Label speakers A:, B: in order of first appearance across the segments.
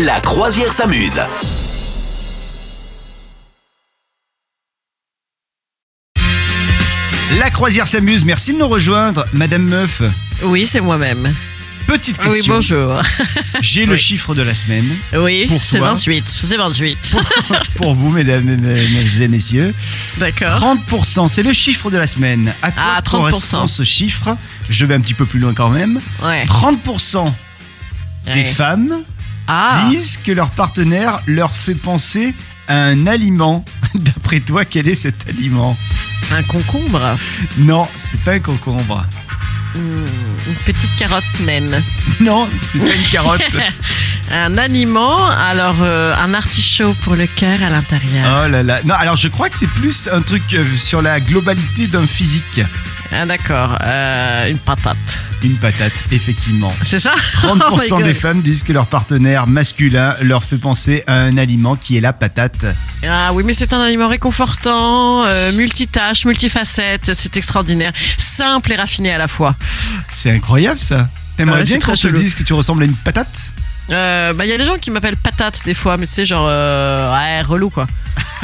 A: La croisière s'amuse.
B: La croisière s'amuse, merci de nous rejoindre, Madame Meuf.
C: Oui, c'est moi-même.
B: Petite
C: Ah Oui,
B: question,
C: bonjour.
B: j'ai le chiffre de la semaine
C: Oui,
B: Pour
C: c'est
B: toi.
C: 28. C'est 28.
B: pour vous, mesdames et messieurs.
C: D'accord.
B: 30%, c'est le chiffre de la semaine. À quoi
C: Ah, 30%.
B: correspond ce chiffre Je vais un petit peu plus loin quand même.
C: Ouais.
B: 30% des
C: ouais.
B: femmes
C: Ah,
B: disent que leur partenaire leur fait penser à un aliment. D'après toi, quel est cet aliment
C: un concombre.
B: Non, c'est pas un concombre.
C: Hmm, Une petite carotte naine.
B: Non, c'est pas une carotte.
C: Un aliment, alors euh, un artichaut pour le cœur à l'intérieur.
B: Oh là là. Non, alors je crois que c'est plus un truc euh, sur la globalité d'un physique.
C: Ah, d'accord. Euh, une patate.
B: Une patate, effectivement.
C: C'est ça
B: 30%
C: Oh my
B: des
C: God.
B: femmes disent que leur partenaire masculin leur fait penser à un aliment qui est la patate.
C: Ah oui, mais c'est un aliment réconfortant, euh, multitâche, multifacette, c'est extraordinaire, simple et raffiné à la fois.
B: C'est incroyable ça. T'aimerais
C: Ah ouais,
B: bien
C: c'est
B: qu'on
C: très
B: te
C: chelou.
B: dise que tu ressembles à une patate
C: Euh, bah, il y a des gens qui m'appellent patate des fois, mais c'est genre, euh, ouais, relou quoi.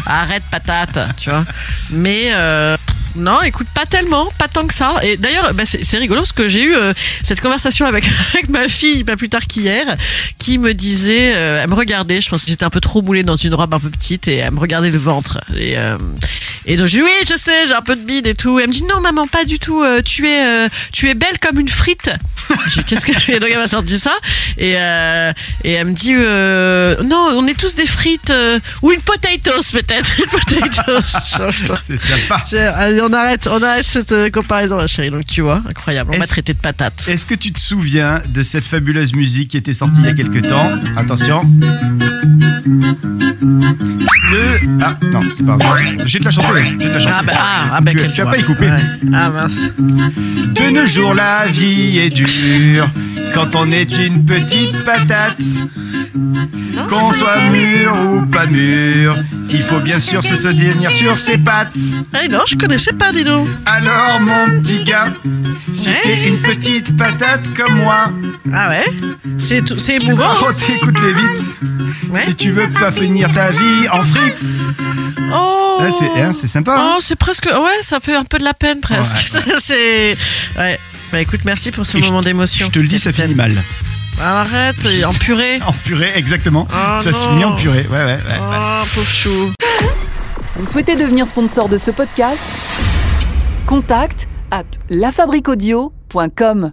C: Arrête patate, tu vois. Mais euh, non, écoute, pas tellement, pas tant que ça. Et d'ailleurs, bah, c'est c'est rigolo parce que j'ai eu euh, cette conversation avec, avec ma fille pas plus tard qu'hier, qui me disait, euh, elle me regardait, je pense que j'étais un peu trop moulée dans une robe un peu petite et elle me regardait le ventre. Et, euh, et donc je lui dis, oui, je sais, j'ai un peu de bide et tout. Et elle me dit, non, maman, pas du tout, euh, tu, es, euh, tu es belle comme une frite. Je dis, qu'est-ce que. Et donc elle m'a sorti ça. Et, euh, et elle me dit euh, Non, on est tous des frites. euh, ou une potatoes, peut-être. Une potatoes. Genre, putain,
B: C'est sympa.
C: j'ai- Allez, on arrête, on arrête cette euh, comparaison, ma chérie. Donc, tu vois, incroyable. On m'a
B: Est-ce-
C: traité de patate.
B: Est-ce que tu te souviens de cette fabuleuse musique qui était sortie il y a quelque temps Attention. Le... Ah non, c'est pas vrai. Je vais te la chanter. Je vais te la chanter.
C: Ah, bah, ah, ah, bah,
B: tu,
C: quelle
B: tu as
C: joie.
B: pas y coupé.
C: Ouais. Ah, mince.
B: De nos jours, la vie est dure. Quand on est une petite patate, qu'on soit mûr ou pas mûr, il faut bien sûr se soutenir sur ses pattes.
C: Ah, non, je connaissais pas, dis donc.
B: Alors, mon petit gars, si
C: Ouais.
B: t'es une petite patate comme moi,
C: Ah, ouais C'est tout- c'est
B: tu
C: émouvant.
B: vas
C: hein.
B: t'écoutes-les vite.
C: Ouais.
B: Si tu veux pas finir ta vie en frites.
C: Oh
B: Ah, c'est hein, c'est sympa. hein.
C: Oh, c'est presque. Ouais, ça fait un peu de la peine, presque. c'est. Ouais. Bah, écoute, merci pour ce
B: Et je-
C: moment d'émotion.
B: Je te le dis, ça finit mal.
C: Arrête, en purée.
B: En purée, exactement.
C: Ah,
B: ça se
C: non.
B: finit en purée. Ouais, ouais, ouais. ouais.
C: Oh, pauvre chou.
D: Vous souhaitez devenir sponsor de ce podcast Contact à lafabriquaudio.com.